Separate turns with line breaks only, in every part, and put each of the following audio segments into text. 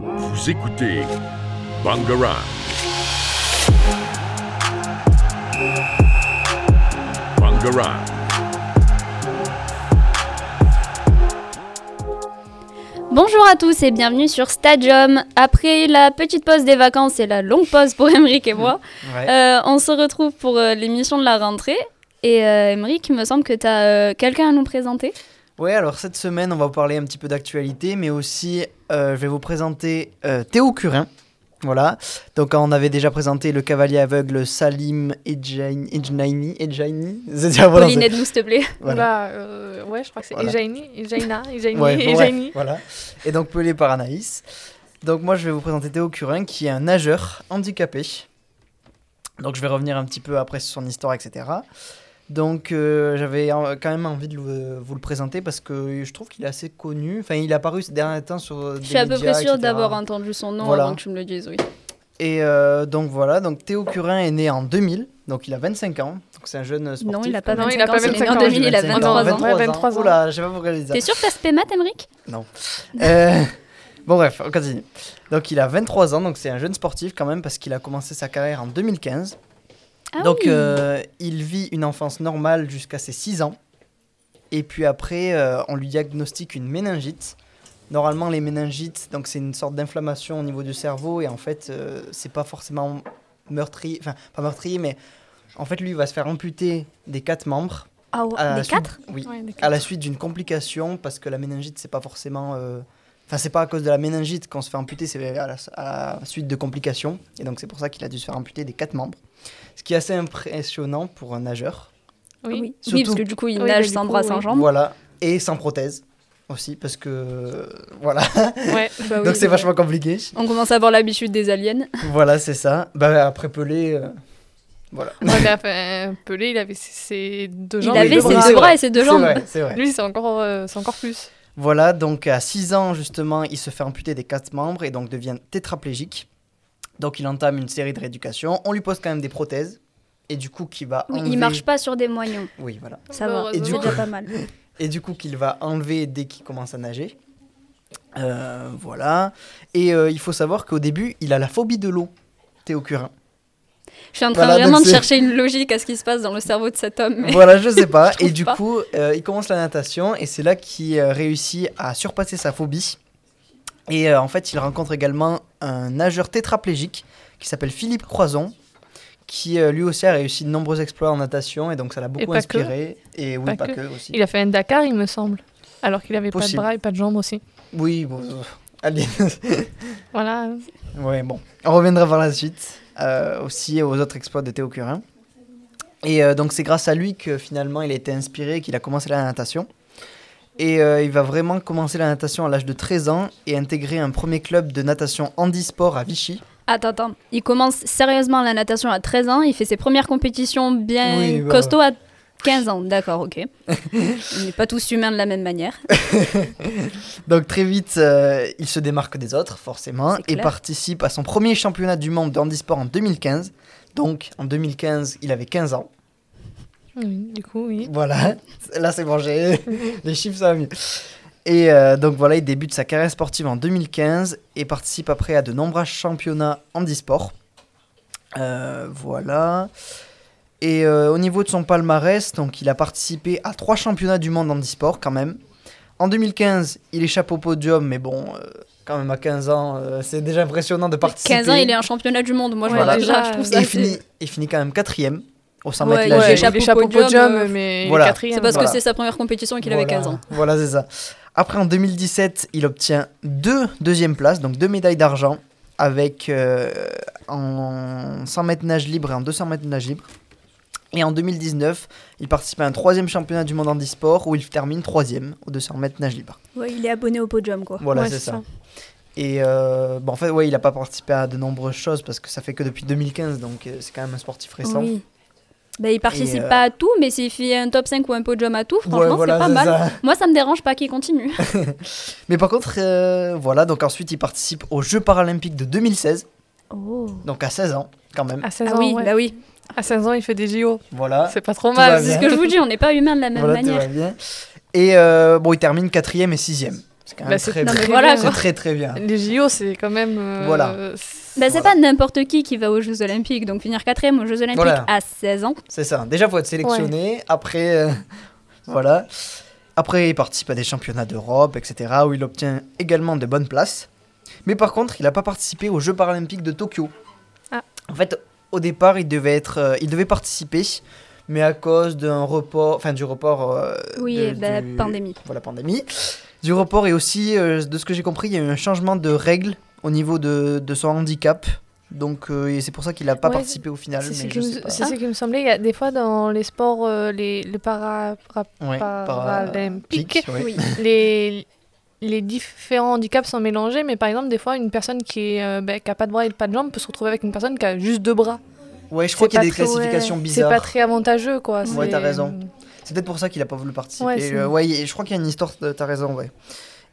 Vous écoutez Bangarang. Bangarang.
Bonjour à tous et bienvenue sur Stadium. Après la petite pause des vacances et la longue pause pour Emeric et moi,
Ouais.
euh, on se retrouve pour euh, l'émission de la rentrée. Et euh, Emeric, il me semble que tu as quelqu'un à nous présenter.
Euh, Ouais, alors cette semaine, on va vous parler un petit peu d'actualité, mais aussi, euh, je vais vous présenter euh, Théo Curin. Voilà. Donc, on avait déjà présenté le cavalier aveugle Salim Ejnaini. Ejnaini, Ejnaini C'est ça, voilà,
Pauline,
c'est-
aide-nous s'il te plaît.
voilà.
Oula, euh, ouais, je crois que c'est
Voilà.
Ejaini, Ejaina, Ejaini,
Ouais, bon, bref,
Ejaini.
voilà. Et donc, pelé par Anaïs. Donc, moi, je vais vous présenter Théo Curin, qui est un nageur handicapé. Donc, je vais revenir un petit peu après sur son histoire, etc. Donc, euh, j'avais euh, quand même envie de le- vous le présenter parce que je trouve qu'il est assez connu. Enfin, il est apparu ces derniers temps sur.
Je suis à peu près sûre d'avoir
un
entendu son nom
Voilà.
avant que tu me le dises, oui.
Et euh, donc voilà, donc Théo Curin est né en 2000, donc il a 25 ans, donc c'est un jeune sportif.
Non, il a pas
Non,
25
il a
ans,
pas
c'est né
25
en
ans,
2000, il a
ans.
23 ans.
Ouais, 23 ans.
Oula, j'ai pas compris les
T'es sûr que t'as ce PMAT, Emeric
euh, Bon bref, on continue. Donc il a 23 ans, donc c'est un jeune sportif quand même, parce qu'il a commencé sa carrière en 2015.
Ah
donc
oui.
euh, il vit une enfance normale jusqu'à ses 6 ans. Et puis après, euh, on lui diagnostique une méningite. Normalement, les méningites, donc c'est une sorte d'inflammation au niveau du cerveau et en fait, euh, c'est pas forcément meurtrier, enfin pas meurtrier, mais en fait, lui il va se faire amputer des quatre membres.
Ah ouais,
à la
les
suite-
quatre
Oui,
Ouais, des
à la suite d'une complication parce que la méningite c'est pas forcément euh, enfin c'est pas à cause de la méningite qu'on se fait amputer c'est à la, à la suite de complications et donc c'est pour ça qu'il a dû se faire amputer des quatre membres ce qui est assez impressionnant pour un nageur
Oui.
Oui, parce
Surtout-
que du coup, il
Oui, bah,
nage
du
sans
coup,
bras, sans
oui.
jambes.
voilà et sans prothèse aussi parce que euh, voilà
Ouais.
Bah oui,
donc
bah
c'est
oui.
vachement compliqué
On commence à avoir l'habitude des aliens.
voilà c'est ça bah après Pelé euh, voilà
Ouais, mais enfin, Pelé, il avait ses, ses deux
Il
jambes.
avait
deux
ses
bras.
deux bras et ses deux
C'est
jambes.
vrai, c'est vrai
Lui, c'est encore, euh, c'est encore plus.
Voilà, donc à 6 ans, justement, il se fait amputer des quatre membres et donc devient tétraplégique. Donc il entame une série de rééducations. On lui pose quand même des prothèses. Et du coup, qu'il va
Oui,
enlever...
il marche pas sur des moignons.
Oui, voilà.
Ça
Bah,
va,
heureusement.
Et du
c'est
coup-
déjà pas mal.
Et du coup, qu'il va enlever dès qu'il commence à nager. Euh, voilà. Et euh, il faut savoir qu'au début, il a la phobie de l'eau, Théo Curin.
Je suis en train
Voilà,
vraiment
donc
de
c'est-
chercher une logique à ce qui se passe dans le cerveau de cet homme. mais-
Voilà, je sais pas.
Je trouve
et du
pas.
coup, euh, il commence la natation et c'est là qu'il euh, réussit à surpasser sa phobie. Et euh, en fait, il rencontre également un nageur tétraplégique qui s'appelle Philippe Croison, qui euh, lui aussi a réussi de nombreux exploits en natation et donc ça l'a beaucoup
pas que.
inspiré. Et oui,
Pas
pas que,
que.
aussi.
Il a fait un Dakar, il me semble. Alors qu'il avait
Possible.
pas de bras et pas de jambes aussi.
Oui, bon. euh, allez.
Voilà.
Ouais, bon. On reviendra par la suite euh, aussi aux autres exploits de Théo Curin. Et euh, donc, c'est grâce à lui que finalement il a été inspiré, qu'il a commencé la natation. Et euh, il va vraiment commencer la natation à l'âge de 13 ans et intégrer un premier club de natation handisport à Vichy.
Attends, attends. Il commence sérieusement la natation à 13 ans. Il fait ses premières compétitions bien
Oui, bah.
costauds à 15 ans. D'accord, ok. On n'est pas tous humains de la même manière.
Donc, très vite, euh, il se démarque des autres, forcément,
C'est
et
clair.
participe à son premier championnat du monde de handisport en 2015. Donc, en 2015, il avait 15 ans.
Oui, du coup, oui.
Voilà, là c'est bon, j'ai- les chiffres ça va mieux. Et euh, donc voilà, il débute sa carrière sportive en 2015 et participe après à de nombreux championnats handisport. Euh, voilà. Et euh, au niveau de son palmarès, donc il a participé à trois championnats du monde handisport quand même. En 2015, il échappe au podium, mais bon, euh, quand même à 15 ans, euh, c'est déjà impressionnant de participer.
15 ans, il est en championnat du monde. Moi, je
Voilà.
vois déjà, je trouve
Et
ça.
il
assez-
finit, il finit quand même quatrième au 100
Ouais,
mètres
il
nagés.
échappe au podium, euh,
mais il est
voilà.
quatrième.
C'est parce
Voilà.
que c'est sa première compétition et qu'il avait
Voilà.
15 ans.
Voilà, c'est ça. Après, en 2017, il obtient deux deuxièmes places, donc deux médailles d'argent, avec euh, en 100 mètres nage libre et en 200 mètres nage libre. Et en 2019, il participe à un troisième championnat du monde handisport où il termine troisième au 200 mètres nage libre.
il est abonné au podium, quoi.
Voilà,
Ouais,
c'est ça. Et euh, bon, en fait, ouais, il n'a pas participé à de nombreuses choses parce que ça fait que depuis 2015, donc euh, c'est quand même un sportif récent.
Oui. Ben, il participe
Et, euh,
pas à tout, mais s'il fait un top 5 ou un podium à tout, franchement,
Ouais, voilà,
c'est pas
c'est
mal.
ça.
Moi, ça me dérange pas qu'il continue.
Mais par contre, euh, voilà, donc ensuite, il participe aux Jeux paralympiques de 2016,
Oh.
donc à 16 ans quand même.
À 16
Ah
ans,
oui,
ouais.
bah oui.
À 16 ans, il fait des JO.
Voilà.
C'est pas trop
Tout va
mal.
C'est
bien.
ce que je vous dis, on n'est pas humains de la même
Voilà, tout
manière.
va bien. Et euh, bon, il termine quatrième et sixième. C'est quand même
Bah, c'est-
très,
non,
bien.
mais voilà,
bien.
C'est très très bien.
Les JO, c'est quand même. euh,
Voilà.
c'est-
Bah, c'est
Voilà.
pas n'importe qui qui va aux Jeux Olympiques, donc finir quatrième aux Jeux Olympiques
Voilà.
à 16 ans.
C'est ça. Déjà, faut être sélectionné. Après, euh, voilà. Après, il participe à des championnats d'Europe, etc., où il obtient également de bonnes places. Mais par contre, il n'a pas participé aux Jeux paralympiques de Tokyo.
Ah.
En fait, au départ, il devait être, euh, il devait participer, mais à cause d'un report, enfin du report. euh,
Oui,
de-
et bah,
du-
pandémie.
Voilà, pandémie. Du report et aussi, euh, de ce que j'ai compris, il y a eu un changement de règles au niveau de, de son handicap. Donc, euh, et c'est pour ça qu'il n'a pas
Ouais,
participé au final.
C'est ce,
mais
qui
je
me-
sais pas.
c'est ce qui me semblait. Il y a des fois dans les sports, euh, les, les para- para-
Ouais, para-
paralympiques,
Pic, ouais.
Oui.
les, les différents handicaps sont mélangés, mais par exemple, des fois, une personne qui est, euh, bah, qui a pas de bras et pas de jambes peut se retrouver avec une personne qui a juste deux bras.
Ouais, je crois
C'est
qu'il y a
pas
des
très-
classifications
C'est
bizarres.
pas très avantageux, quoi.
Ouais,
c'est-
t'as raison. C'est peut-être pour ça qu'il a pas voulu participer.
Ouais, c'est-
Euh, ouais, et je crois qu'il y a une histoire, euh, t'as raison, ouais.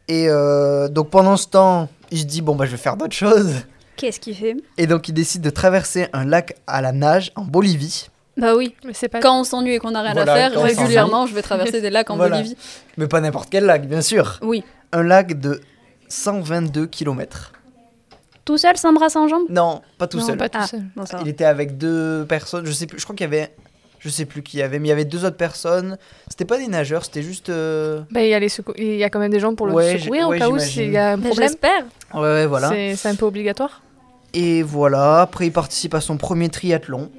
Et euh, donc pendant ce temps, il se dit, bon, bah, je vais faire d'autres choses.
Qu'est-ce qu'il fait
Et donc il décide de traverser un lac à la nage en Bolivie.
Bah oui.
Mais c'est pas.
Quand on s'ennuie et qu'on n'a rien
Voilà,
à faire,
quand on s'ennuie.
régulièrement, je vais traverser des lacs en
Voilà.
Bolivie.
Mais pas n'importe quel lac, bien sûr.
Oui.
Un lac de 122 km.
Tout seul, sans bras, sans jambes
Non, pas tout
non,
seul.
pas tout
Ah.
seul.
Non, ça va.
Il était avec deux personnes, je sais plus, je crois qu'il y avait... Je sais plus qui il y avait, mais il y avait deux autres personnes. C'était pas des nageurs, c'était juste... euh,
Bah, il y a les secou- il y a quand même des gens pour le
Ouais,
secourir
j'-
au
ouais,
cas où
j'imagine.
s'il y a un
Bah,
problème.
J'espère.
Ouais, ouais, voilà.
C'est- C'est un peu obligatoire.
Et voilà, après il participe à son premier triathlon.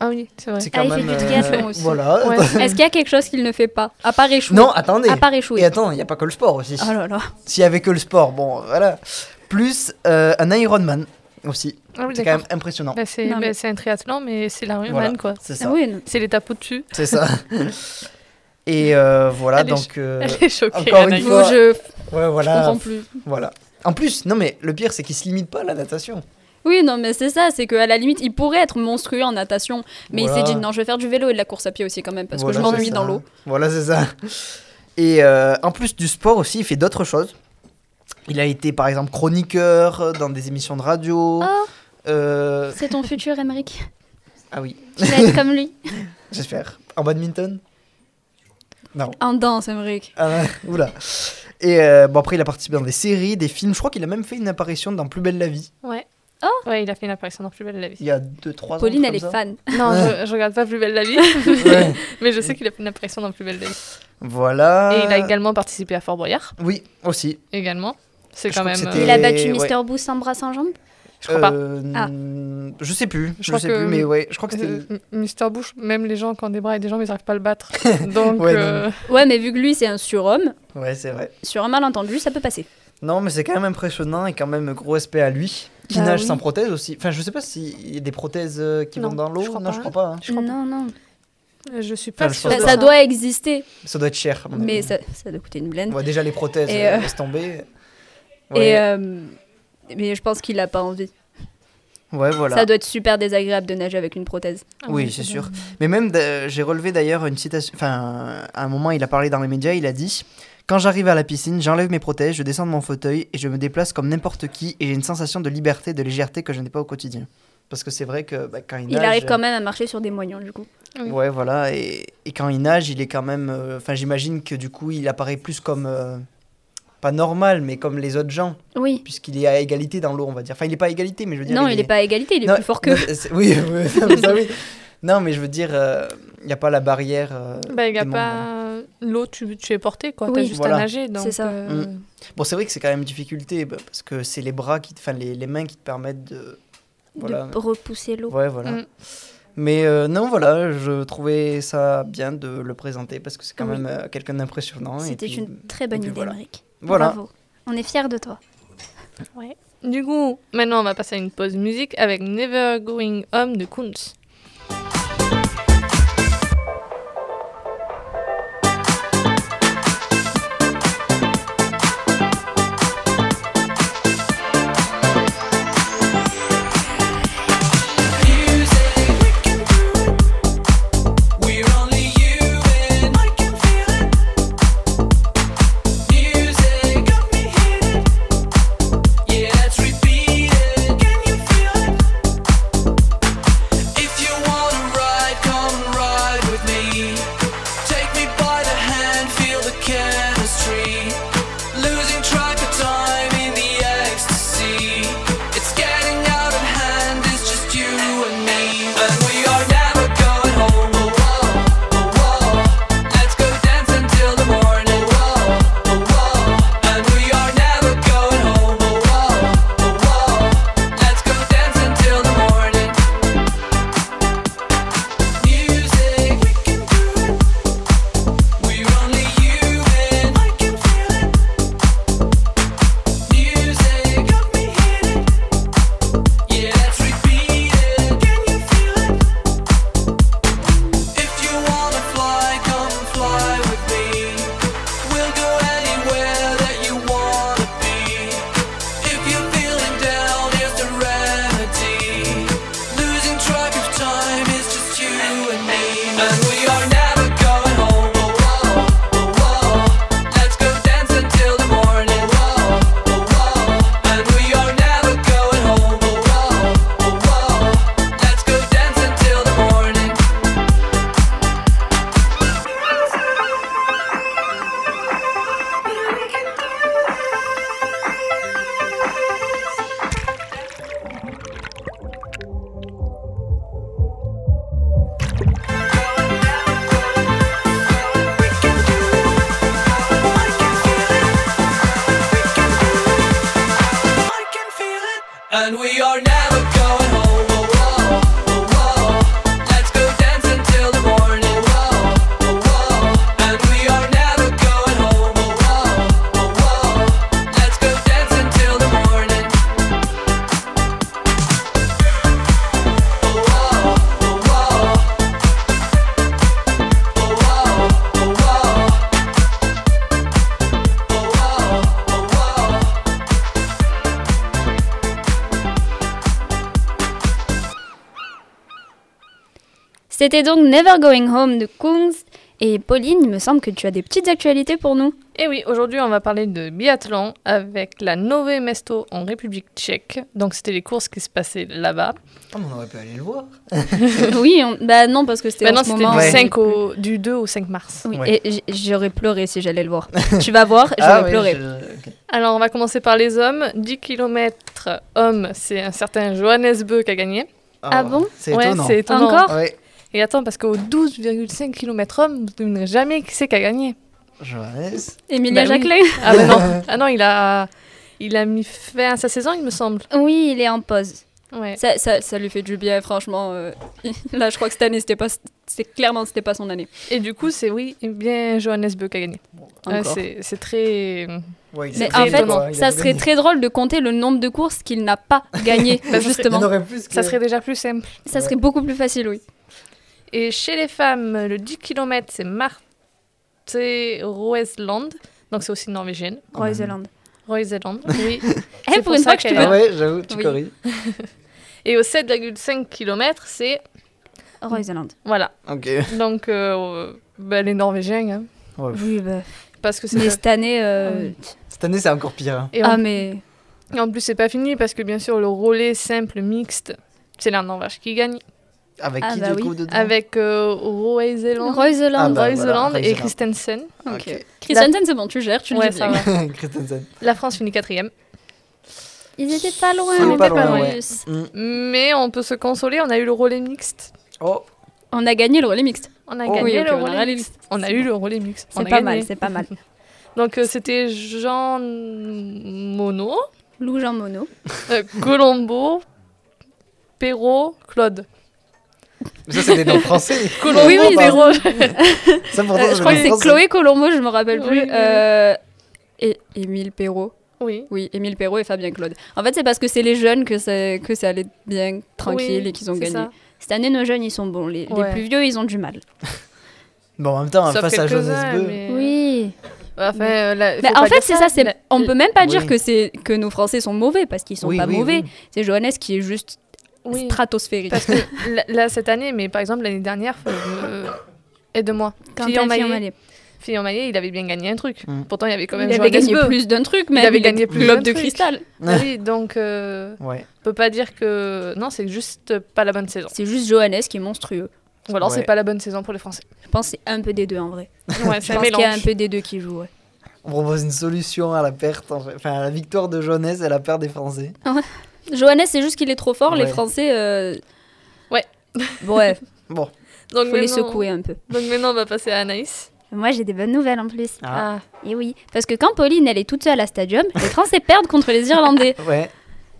Ah oui, c'est vrai.
C'est
Ah,
quand
il fait
même,
du
euh,
triathlon aussi.
Voilà.
Ouais.
Est-ce qu'il y a quelque chose qu'il ne fait pas À part échouer.
Non, attendez.
À part
Et
échouer.
attends, il n'y a pas que le sport aussi.
Ah,
Oh là là.
S'il y avait que le sport, bon, euh, voilà. Plus euh, un Ironman aussi.
Ah oui,
C'est quand
d'accord.
même impressionnant.
Bah, c'est
Non,
bah,
mais-
c'est un triathlon, mais c'est la rue
Voilà.
quoi.
C'est
Ah
ça.
oui, non.
C'est l'étape au-dessus.
C'est ça. Et euh, voilà,
Elle est
donc. euh,
Elle est choquée.
encore une
Anaïs.
fois.
Faut- je
ouais, voilà.
comprends plus.
Voilà. En plus, non mais le pire, c'est qu'il se limite pas à la natation.
Oui, non, mais c'est ça, c'est qu'à la limite, il pourrait être monstrueux en natation, mais
Voilà.
il s'est dit non, je vais faire du vélo et de la course à pied aussi quand même, parce
Voilà,
que je m'ennuie
c'est
dans
ça.
l'eau.
Voilà, c'est ça. Et euh, en plus du sport aussi, il fait d'autres choses. Il a été par exemple chroniqueur euh, dans des émissions de radio.
Oh.
Euh,
C'est ton futur, Émeric.
Ah oui,
Tu vas être comme lui.
j'espère. En badminton Non.
En danse, Émeric.
Ah, oula. Et euh, bon, après, il a participé dans des séries, des films. Je crois qu'il a même fait une apparition dans Plus belle la vie.
Ouais.
Oh.
Ouais, il a fait une apparition dans Plus belle la vie.
Il y a 2-3 ans.
Pauline,
comme
elle est
ça.
fan.
Non, je, je regarde pas Plus belle la vie,
Ouais.
mais je sais qu'il a fait une apparition dans Plus belle la vie.
Voilà.
Et il a également participé à Fort Boyard,
Oui, aussi.
également. C'est
Je
quand
crois
même.
que
Il
c'était-
euh,
a battu
ouais.
Mister Boost sans bras, sans jambes
je crois pas.
Euh,
Ah.
Je sais plus. Je,
crois
sais
que-
plus, mais ouais, je crois que c'était.
Euh, M- Mr. Bush, même les gens qui ont des bras et des jambes, ils arrivent pas à le battre. Donc,
Ouais,
euh,
Ouais, mais vu que lui, c'est un surhomme,
Ouais, c'est vrai.
sur un malentendu, ça peut passer.
Non, mais c'est quand même impressionnant et quand même gros respect à lui. Qui
Bah
nage
oui.
sans prothèse aussi. Enfin, je sais pas s'il y a des prothèses euh, qui
Non,
vont dans l'eau.
je crois
Non,
pas.
je crois pas. hein.
je crois pas.
non, non.
je suis pas
Enfin, Ah, je
sûre.
pense
de
Bah,
pas.
ça doit exister,
Ça doit être cher. à mon
mais
avis.
ça, ça doit coûter une blende.
Ouais, déjà, les prothèses,
Et,
euh,
euh,
laisse tomber.
Et,
Ouais,
euh, mais je pense qu'il a pas envie.
ouais, voilà.
Ça doit être super désagréable de nager avec une prothèse.
Ah,
Oui, c'est sûr. Mais même, d'a- j'ai relevé d'ailleurs une citation. Enfin, à un moment, il a parlé dans les médias, il a dit Quand j'arrive à la piscine, j'enlève mes prothèses, je descends de mon fauteuil et je me déplace comme n'importe qui et j'ai une sensation de liberté, de légèreté que je n'ai pas au quotidien. Parce que c'est vrai que bah, quand il nage.
Il arrive quand même à marcher sur des moignons, du coup.
même.
Ouais, voilà. Et, et quand il nage, il est quand même. euh, Enfin, j'imagine que du coup, il apparaît plus comme. euh, pas normal, mais comme les autres gens,
Oui.
puisqu'il est à égalité dans l'eau, on va dire. Enfin, il n'est pas à égalité, mais je veux dire.
Non, il est pas à égalité, il est
Non,
plus fort que.
non, c'est- oui, oui, ça, oui, ça, oui. Non, mais je veux dire, il n'y a pas la barrière. euh,
Bah, il y a
des membres.
pas. L'eau, tu, tu es porté, quoi. T'as
Oui.
juste
Voilà. Mm.
à nager. donc,
C'est ça.
euh,
Bon, c'est vrai que c'est quand même une difficulté, bah, parce que c'est les bras, qui, te- enfin les, les mains qui te permettent de. Voilà.
de repousser l'eau.
Ouais, voilà.
Mm.
Mais euh, non, voilà, je trouvais ça bien de le présenter, parce que c'est quand
Oui.
même euh, quelqu'un d'impressionnant. et
C'était
puis-
une très bonne
et puis
idée,
voilà.
Émeric.
Voilà.
Bravo. On est fiers de toi.
Du coup, maintenant, on va passer à une pause musique avec Never Going Home de Kunz.
We're only you and I can feel it. Music got me hit Yeah, let's repeat it. Can you feel it? If Oh, Oh, Oh, Oh, Oh, Oh, And we are never going home. Oh, whoa, oh, whoa. Let's go dance until the morning. Oh, whoa, oh, whoa. And we are never going home. Oh, whoa, oh, whoa. Let's go dance until the morning. Oh, whoa, oh, whoa. Oh, whoa, oh, whoa.
C'était donc Never Going Home de Kungs. Et Pauline, il me semble que tu as des petites actualités pour nous.
Et Eh oui, aujourd'hui, on va parler de biathlon avec la Nové Mesto en République tchèque. Donc, c'était les courses qui se passaient là-bas.
Ah, mais on aurait pu aller le voir.
oui, on- bah non, parce que c'était en
Maintenant,
ce
c'était
moment.
du,
Ouais.
5 au- du 2 au 5 mars.
Oui,
Ouais. Ah
et j- j'aurais pleuré si j'allais le voir. tu vas voir, j'aurais
oui,
pleuré.
je- ok.
Alors, on va commencer par les hommes. 10 km hommes, c'est un certain Johannes Beu qui a gagné.
Ah bon
C'est
Ouais,
étonnant. Ah
c'est étonnant.
Encore
Ouais.
Et attends, parce qu'au 12,5 km hommes, vous ne devinerez jamais qui c'est qui a gagné.
Johannes.
Emilia
Bah oui.
Jacquelin oui.
Ah, bah non. ah non, il a, il a mis fin à sa saison, il me semble.
il est en pause.
Ouais.
Ça, ça, ça lui fait du bien, franchement. euh, Là, je crois que cette année, c'était pas, c'est clairement, c'était pas son année.
Et du coup, c'est oui, bien Johannes Beu qui a gagné. Ouais,
Encore.
c'est- c'est très.
Ouais, il
Mais
est hein,
en
très
fait,
étonnant.
Il a
ça
tout
serait Bah,
gagné.
très drôle de compter le nombre de courses qu'il n'a pas gagnées,
serait-
Il y en
justement.
aurait plus que-
Ça serait déjà plus simple.
Ça serait beaucoup plus facile, oui.
Et chez les femmes, le 10 km, c'est Marte Roesland. Donc, c'est aussi une norvégienne.
Oh,
Royaume-Zélande.
Roesland, oui.
Eh,
C'est
pour
pour
une
ça
fois que je te
qu'elle
Ah
vois.
ouais, j'avoue, tu
Oui.
corriges.
Et au 7,5 km, c'est.
Royaume-Zélande.
Voilà.
Ok.
Donc, euh, bah, les Norvégiens. hein.
Ouais.
Oui, bah.
Parce que c'est.
Mais cette année. euh,
Cette année, c'est encore pire. hein.
Et en,
Ah, mais.
et en plus, c'est pas fini parce que, bien sûr, le relais simple mixte, c'est la Norvège qui gagne.
Avec
Ah
qui
bah
du coup
oui.
dedans
Avec euh, Roesland.
Ah
Royaume-Zélande.
bah,
Roesland
voilà,
et
Roesland.
Christensen.
Ok. Christensen, c'est bon, tu gères, tu le
Ouais,
dis
ça
bien.
va.
Christensen.
La France finit quatrième.
Ils étaient pas loin,
Ils
on
étaient
était
pas
pas
loin,
loin.
ouais. Mm.
Mais on peut se consoler, on a eu le relais mixte.
Oh,
On a gagné le relais mixte.
On a
Oh.
gagné
Oui, ok,
le
on a
relais
rallye
mixte.
mixte.
On a
C'est
eu
bon.
le relais mixte.
C'est
On a
pas
gagné.
mal, c'est pas mal.
Donc euh, c'était Jean Monod,
Lou Jean Monod.
euh, Colombo, Perrault, Claude.
mais ça c'est des noms français.
Colombo,
Oui, oui,
Perrault.
Ça pourtant,
Euh,
c'est
je crois que
des
c'est
noms français.
Chloé Colombo, je me rappelle
Oui,
plus.
oui, oui.
Euh, et Émile Perrault.
oui.
Oui, Émile Perrault et Fabien Claude. En fait, c'est parce que c'est les jeunes que c'est que ça allait bien tranquille
Oui,
et qu'ils ont
c'est
gagné.
ça.
Cette année, nos jeunes, ils sont bons. Les, les
Ouais.
plus vieux, ils ont du mal.
Bon, en même temps,
Sauf
face à
quelques-uns,
Joseph Beu.
mais-
Oui.
Enfin, euh, la- Euh, faut
Mais
pas
en fait,
dire
c'est ça. c'est
la-
on peut même pas
Oui.
dire que c'est que nos Français sont mauvais parce qu'ils sont
Oui,
pas
oui,
mauvais.
oui.
C'est Johannes qui est juste
oui.
stratosphérique.
Parce que là- là, cette année, mais par exemple, l'année dernière, faut- euh, aide-moi.
Quentin
Fillon Maillet,
Fillon-Maillet.
Fillon Maillet, il avait bien gagné un truc.
Mm.
Pourtant, il y avait quand même
il avait
Johannes
gagné
Beu.
plus d'un truc, mais
avait gagné plus
globe
d'un
de
truc.
cristal.
Ah Oui, donc euh,
Ouais.
on peut pas dire que. Non, c'est juste pas la bonne saison.
C'est juste Johannes qui est monstrueux.
Ou alors, c'est
Ouais.
pas la bonne saison pour les Français.
Je pense que c'est un peu des deux en vrai.
Ouais,
Je
c'est un
pense qu'il y a un
mélange.
peu des deux qui jouent. ouais.
On propose une solution à la perte, en fait. enfin à la victoire de Jeunesse et à la perte des Français.
Johannes, c'est juste qu'il est trop fort. Les
Ouais.
Français. euh,
Ouais.
Ouais,
Bon,
Donc,
faut les
maintenant-
secouer un peu.
Donc maintenant, on va passer à Anaïs.
Moi, j'ai des bonnes nouvelles en plus.
Ah.
Et oui, parce que quand Pauline, elle est toute seule à Stadium, les Français perdent contre les Irlandais.
ouais.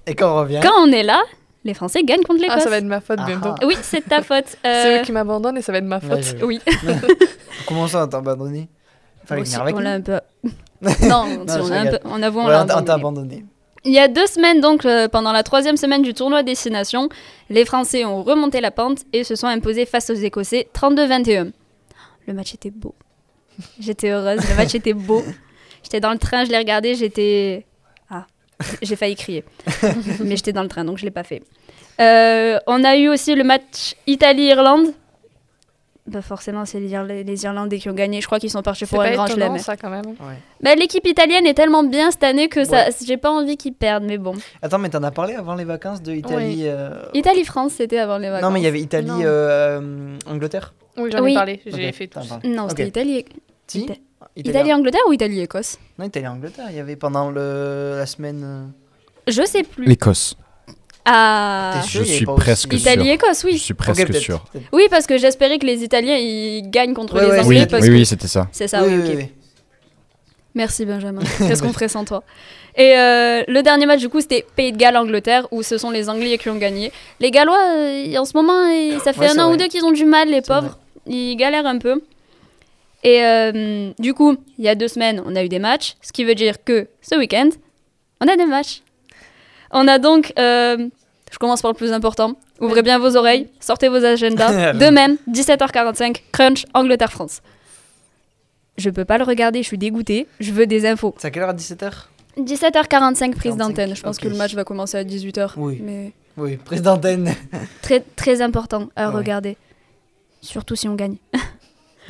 Et quand on revient,
Quand on est là, les Français gagnent contre l'Écosse.
Ah, ça va être ma faute
Ah,
bientôt.
ah.
Oui, c'est ta faute.
C'est
Euh,
eux qui m'abandonnent et ça va être ma
Ouais,
faute.
je-
Oui.
comment ça, on t'a abandonné Fallait
Aussi,
venir avec
on
nous.
Oh, l'a un peu. Non, on-
je
on a un
rigole.
peu- en avant, on
Ouais,
l'a
on t'a- on t'a
abandonné.
abandonné.
Il y a deux semaines, donc, euh, pendant la troisième semaine du tournoi Destination, les Français ont remonté la pente et se sont imposés face aux Écossais 32-21. Le match était beau. J'étais heureuse, le match était beau. J'étais dans le train, je l'ai regardé, j'étais. Ah, j'ai failli crier. Mais j'étais dans le train, donc je l'ai pas fait. Euh, on a eu aussi le match Italie-Irlande. Bah forcément, c'est les, Irla- les Irlandais qui ont gagné. Je crois qu'ils sont partis
C'est
pour un
pas
grand chelem.
étonnant, ça, quand même.
Bah, L'équipe italienne est tellement bien cette année que ça, j'ai pas envie qu'ils perdent, mais bon.
Attends, mais t'en as parlé avant les vacances de Italie. euh,
Italie-France, c'était avant les vacances.
Non, mais il y avait
Non.
Italie, euh, euh, Angleterre.
Oui, j'en
Oui.
ai parlé. J'ai
Ok,
fait tout.
t'en parles.
Non, c'était
Ok.
Italie.
Si
Ita-
Italie.
Italie-Angleterre ou Italie-Écosse
Non, Italie-Angleterre. Il y avait pendant le... la semaine. euh,
Je sais plus.
L'Écosse.
Ah.
T'es sûr
Je
il y avait
suis
pas aussi-
presque sûr.
Italie-Écosse,
Je
oui.
suis
Ok,
presque
peut-être,
sûr.
peut-être.
Oui, parce que j'espérais que les Italiens ils gagnent contre
Ouais,
les
ouais,
Anglais
Oui,
peut-être
parce
oui,
que
oui, c'était ça.
c'est ça. oui, ok.
oui.
Merci Benjamin. Qu'est-ce qu'on ferait sans toi Et euh, le dernier match du coup c'était Pays de Galles-Angleterre où ce sont les Anglais qui ont gagné. Les Gallois euh, en ce moment ils- ça fait
Ouais,
un
c'est
an ou
vrai.
deux qu'ils ont du mal les
C'est vrai.
pauvres. Ils galèrent un peu. Et euh, du coup il y a deux semaines on a eu des matchs, ce qui veut dire que ce week-end on a des matchs. On a donc, euh, je commence par le plus important, ouvrez bien vos oreilles, sortez vos agendas. De même, 17h45, Crunch, Angleterre-France. Je peux pas le regarder, je suis dégoûtée, je veux des infos.
C'est à quelle heure à 17h
17h45, prise
45,
d'antenne, je pense
ok.
que le match va commencer à 18h.
Oui.
Mais
Oui, prise d'antenne.
très, très important à
Ah Ouais.
regarder, surtout si on gagne.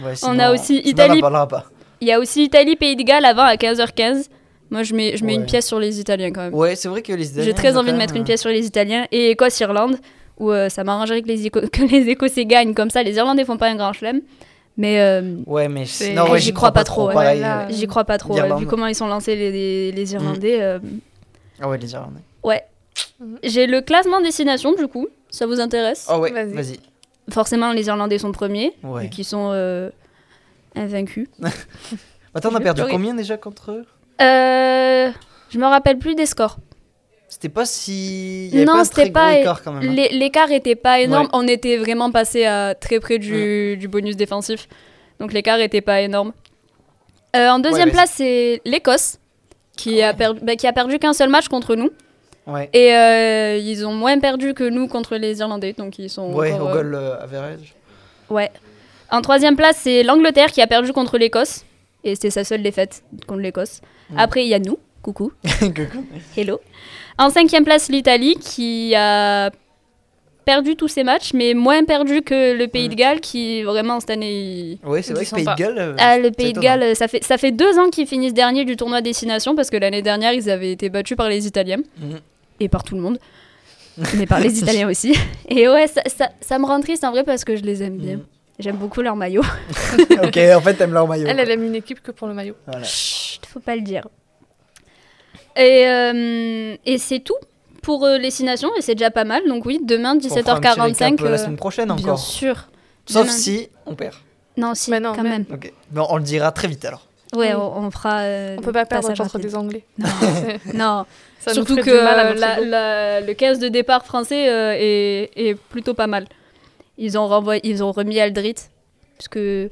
Ouais,
On a aussi
sinon On
Italie.
en parlera pas.
Il y a aussi Italie-Pays de Galles avant à 15h15. Moi je mets, je mets une
Ouais.
pièce sur les Italiens quand même.
Ouais, c'est vrai que les Italiens.
J'ai très
ils ont
envie de
quand
mettre
même, euh,
une pièce sur les Italiens et Écosse-Irlande, où euh, ça m'arrangerait que, les Éco- que les Écossais gagnent. Comme ça, les Irlandais font pas un grand chelem. Mais euh,
euh, Ouais, mais
C'est-
non,
Ah,
ouais,
j'y crois pas trop, ouais.
pareil,
Voilà.
ouais.
j'y crois pas trop, euh,
L'Irlande.
vu comment ils sont lancés les, les-
Mm.
les Irlandais. euh.
Ah ouais, les Irlandais.
J'ai le classement destination, du coup. Ça vous intéresse
Ah ouais,
Vas-y.
vas-y.
Forcément, les Irlandais sont premiers,
Ouais.
vu qu'ils sont euh, invaincus.
Attends, on a
Je-
perdu
oui.
combien déjà contre eux
Euh, je me rappelle plus des scores.
C'était pas si. Il y avait
Non,
pas un
c'était
très gros
pas-
écart quand même. hein.
Les- L'écart était pas énorme.
Ouais.
On était vraiment passé à très près du, du bonus défensif. Donc l'écart était pas énorme. Euh, en deuxième
mais
place, c'est l'Écosse, qui, a perdu- bah, qui a perdu qu'un seul match contre nous.
Ouais.
Et euh, ils ont moins perdu que nous contre les Irlandais. Donc ils sont.
Ouais,
encore,
au
euh,
goal euh, average.
ouais. En troisième place, c'est l'Angleterre qui a perdu contre l'Écosse. Et c'était sa seule défaite contre l'Écosse.
Mm.
Après, il y a nous. Coucou.
Coucou.
Hello. En cinquième place, l'Italie qui a perdu tous ses matchs, mais moins perdu que le Pays de Galles qui vraiment cette année. il-
Ouais, c'est
Ils
vrai que
sont
Pays de
pas-
Galles. euh,
Ah, le
c'est
Pays de
étonnant.
Galles, euh, ça fait, ça fait deux ans qu'ils finissent dernier du tournoi destination parce que l'année dernière, ils avaient été battus par les Italiens
Mhm.
et par tout le monde, mais par les Italiens aussi. Et ouais, ça, ça- ça me rend triste en vrai parce que je les aime bien.
Mhm.
J'aime beaucoup leur maillot.
ok, en fait, t'aimes leur maillot.
Elle,
quoi.
elle aime une équipe que pour le maillot.
Voilà.
Chut, faut pas le dire. Et, euh, et c'est tout pour euh, les six nations, et c'est déjà pas mal. Donc oui, demain,
On fera un petit
17h45.
récap, euh,
euh,
La semaine prochaine
bien
encore.
sûr.
Sauf
Demain.
si on perd.
Non, si,
Mais non,
quand
mais-
même.
Ok. Bon, on le dira très vite alors.
Ouais,
Oui.
on, on fera. euh,
On peut pas perdre
passage
contre
rapide.
des Anglais.
Non,
Ça nous
surtout
ferait
que
du mal à notre
la-
ego.
la- le 15 de départ français euh, est, est plutôt pas mal. Ils ont, renvoyé, ils ont remis Aldrit. Parce que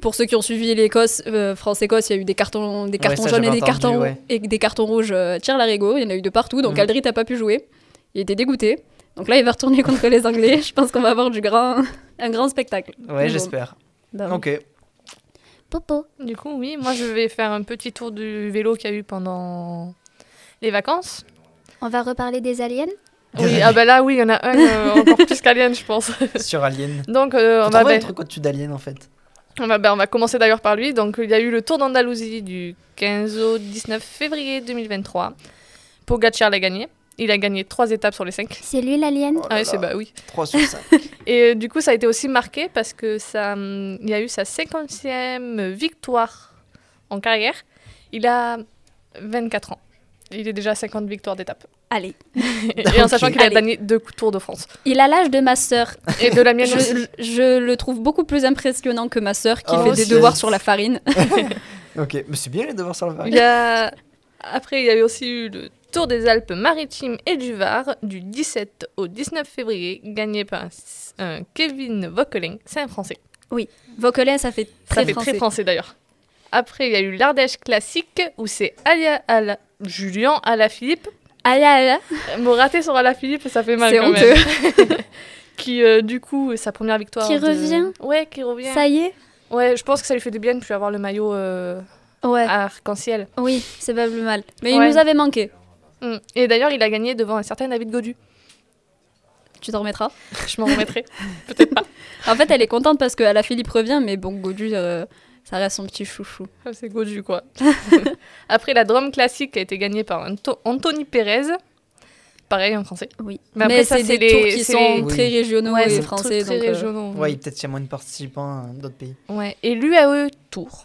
pour ceux qui ont suivi l'Écosse, euh, France-Écosse, il y a eu des cartons, des cartons
ça,
jaunes et
j'avais
des,
entendu,
cartons,
ouais.
et des cartons rouges. euh, Tire l'arigot, il y en a eu de partout. Donc
Mhm.
Aldrit n'a pas pu jouer. Il était dégoûté. Donc là, il va retourner contre les Anglais. Je pense qu'on va avoir du grand, un grand spectacle.
Ouais,
Bon.
j'espère.
Bah,
Ok.
Popo.
Du coup, oui, moi je vais faire un petit tour du vélo qu'il y a eu pendant les vacances.
On va reparler des aliens
Oui, ah bah là, oui, il y en a un euh, encore plus qu'Alien, je pense.
Sur Alien.
Donc, euh, on,
On
va,
va un
bah,
truc au-dessus d'Alien en fait.
Ah
on, va, bah, on va commencer d'ailleurs par lui. Donc, il y a eu le Tour d'Andalousie du 15 au 19 février 2023. Pogacar l'a gagné. Il a gagné trois étapes sur les cinq.
C'est lui l'alien
Oh
Ah
là
oui, c'est
là.
bah oui.
3 sur 5.
Et euh, du coup, ça a été aussi marqué parce que ça, hum, il y a eu sa 50e victoire en carrière. Il a 24 ans. Il est déjà à 50 victoires d'étape.
Allez.
Et en sachant qu'il a
Allez.
gagné deux Tours de France.
Il a l'âge de ma sœur.
Et de la mienne aussi.
je, je le trouve beaucoup plus impressionnant que ma sœur qui
Oh,
fait des
c'est-
devoirs sur la farine.
ok, mais c'est bien les devoirs sur le
Il y a- Après, il y avait aussi eu le Tour des Alpes-Maritimes et du Var du 17 au 19 février, gagné par un s- un Kevin Voekeling. C'est un Français.
Vauquelin, ça fait
Ça
très
fait
français.
très français d'ailleurs. Après, il y a eu l'Ardèche classique où c'est Alia Ala- Julien Alaphilippe.
Ah là là,
Mon raté sur Alaphilippe, ça fait mal
C'est
quand
honteux.
même. qui euh, du coup sa première victoire.
Qui
de-
revient.
Ouais, qui revient.
ça y est
Ouais, je pense que ça lui fait du bien de plus avoir le maillot euh,
Ouais,
arc-en-ciel.
oui, c'est pas plus mal. Mais
Ouais.
il nous avait manqué.
Mm. Et d'ailleurs, il a gagné devant un certain David Godu.
Tu t'en remettras.
Je m'en remettrai.
En fait, elle est contente parce que la Philippe revient, mais bon, Godu, euh, ça reste son petit chouchou.
Ah, c'est Godu quoi. Après, la Drôme classique a été gagnée par Anto- Anthony Pérez. Pareil en français.
Oui.
Mais
Mais,
après, ça,
c'est
c'est
des
les-
tours qui
c'est
sont
les-
très régionaux
c'est
et
des
français.
trucs très
donc, euh,
régionaux.
Ouais, peut-être qu'il y a moins de participants euh, d'autres pays.
Ouais. Et E l'UAE Tour.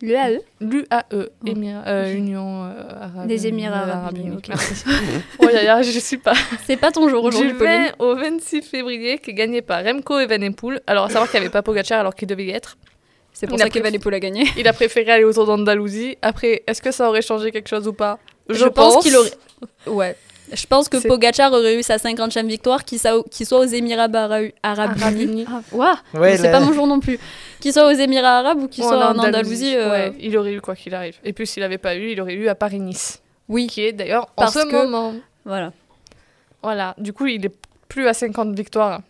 le E. AE.
L'UAE,
Oh.
Émir- euh, Union euh, Arabe.
Des Émirats Arabes Unis, ok.
Merci. oh, y'a, y'a, je suis pas.
C'est pas ton jour
Du
aujourd'hui, Pauline.
20 au 26 février, qui est gagné par Remco Evenepoel. Alors, à savoir qu'il n'y avait pas Pogacar alors qu'il devait y être.
C'est pour
Il a
ça
pris-
qu'Evan Epoul a gagné.
Il a préféré aller au Tour d'Andalousie. Après, est-ce que ça aurait changé quelque chose ou pas
Je pense qu'il aurait- Ouais. Je pense que
C'est-
Pogacar aurait eu sa 50e victoire, qu'il sa- qu'il soit aux Émirats Bara- Arabes Unis.
Arabini.
Ah, Ouah,
Ouais,
c'est
la-
pas mon jour non plus. Qu'il soit aux Émirats Arabes ou qu'il
Ou
soit en Andalousie. euh,
ouais, il aurait eu quoi qu'il arrive. Et puis s'il n'avait pas eu, il aurait eu à Paris-Nice.
Oui,
Qui est d'ailleurs en
Parce
ce
que-
moment.
voilà.
Voilà. Du coup, il est plus à 50 victoires.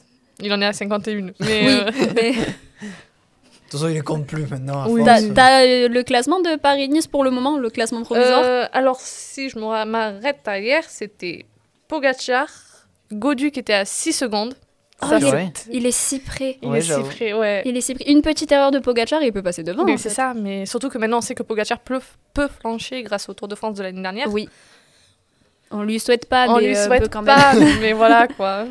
Il en est à 51. Mais
Oui,
euh,
mais
De toute façon, il les compte plus maintenant. à
Oui.
force.
t'as t'as, euh, le classement de Paris-Nice pour le moment, le classement provisoire.
euh, alors, si je me- m'arrête à hier, c'était Pogachar, Godu qui était à 6 secondes.
Oh,
Ça,
il est- Ouais.
c'est-
Il est si près.
il
Ouais,
est si
j'avoue.
près, ouais.
Il est si près. Une petite erreur de Pogacar, il peut passer devant. hein.
Oui,
en
c'est
fait.
ça, mais surtout que maintenant on sait que Pogacar peut, peut flancher grâce au Tour de France de l'année dernière.
Oui. On lui souhaite pas,
on
mais
lui
euh,
souhaite
peut quand même.
pas, mais voilà quoi.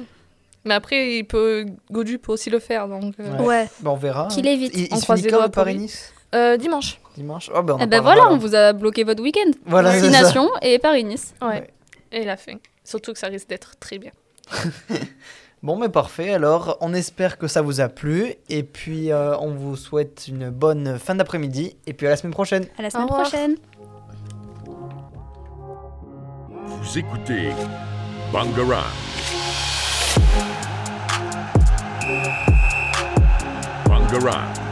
Mais après, il peut, Godu peut aussi le faire, donc euh,
Ouais.
Ouais.
Bah, on verra.
Qu'il
hein.
évite.
Il, il
On
se
croise
finit
les
quand
doigts
le
pour lui.
Paris-Nice
euh, dimanche.
Dimanche Ah, bah, on en
Eh ben
parlera
voilà,
là.
on vous a bloqué votre week-end.
Voilà,
Six
c'est ça.
Nations et Paris-Nice.
Ouais.
Ouais.
Et il a fait. Surtout que ça risque d'être très bien.
Bon, mais parfait. Alors, on espère que ça vous a plu. Et puis, euh, on vous souhaite une bonne fin d'après-midi. Et puis, à la semaine prochaine.
À la
Au
semaine
revoir.
prochaine.
Vous écoutez Bangarang. Bangarang.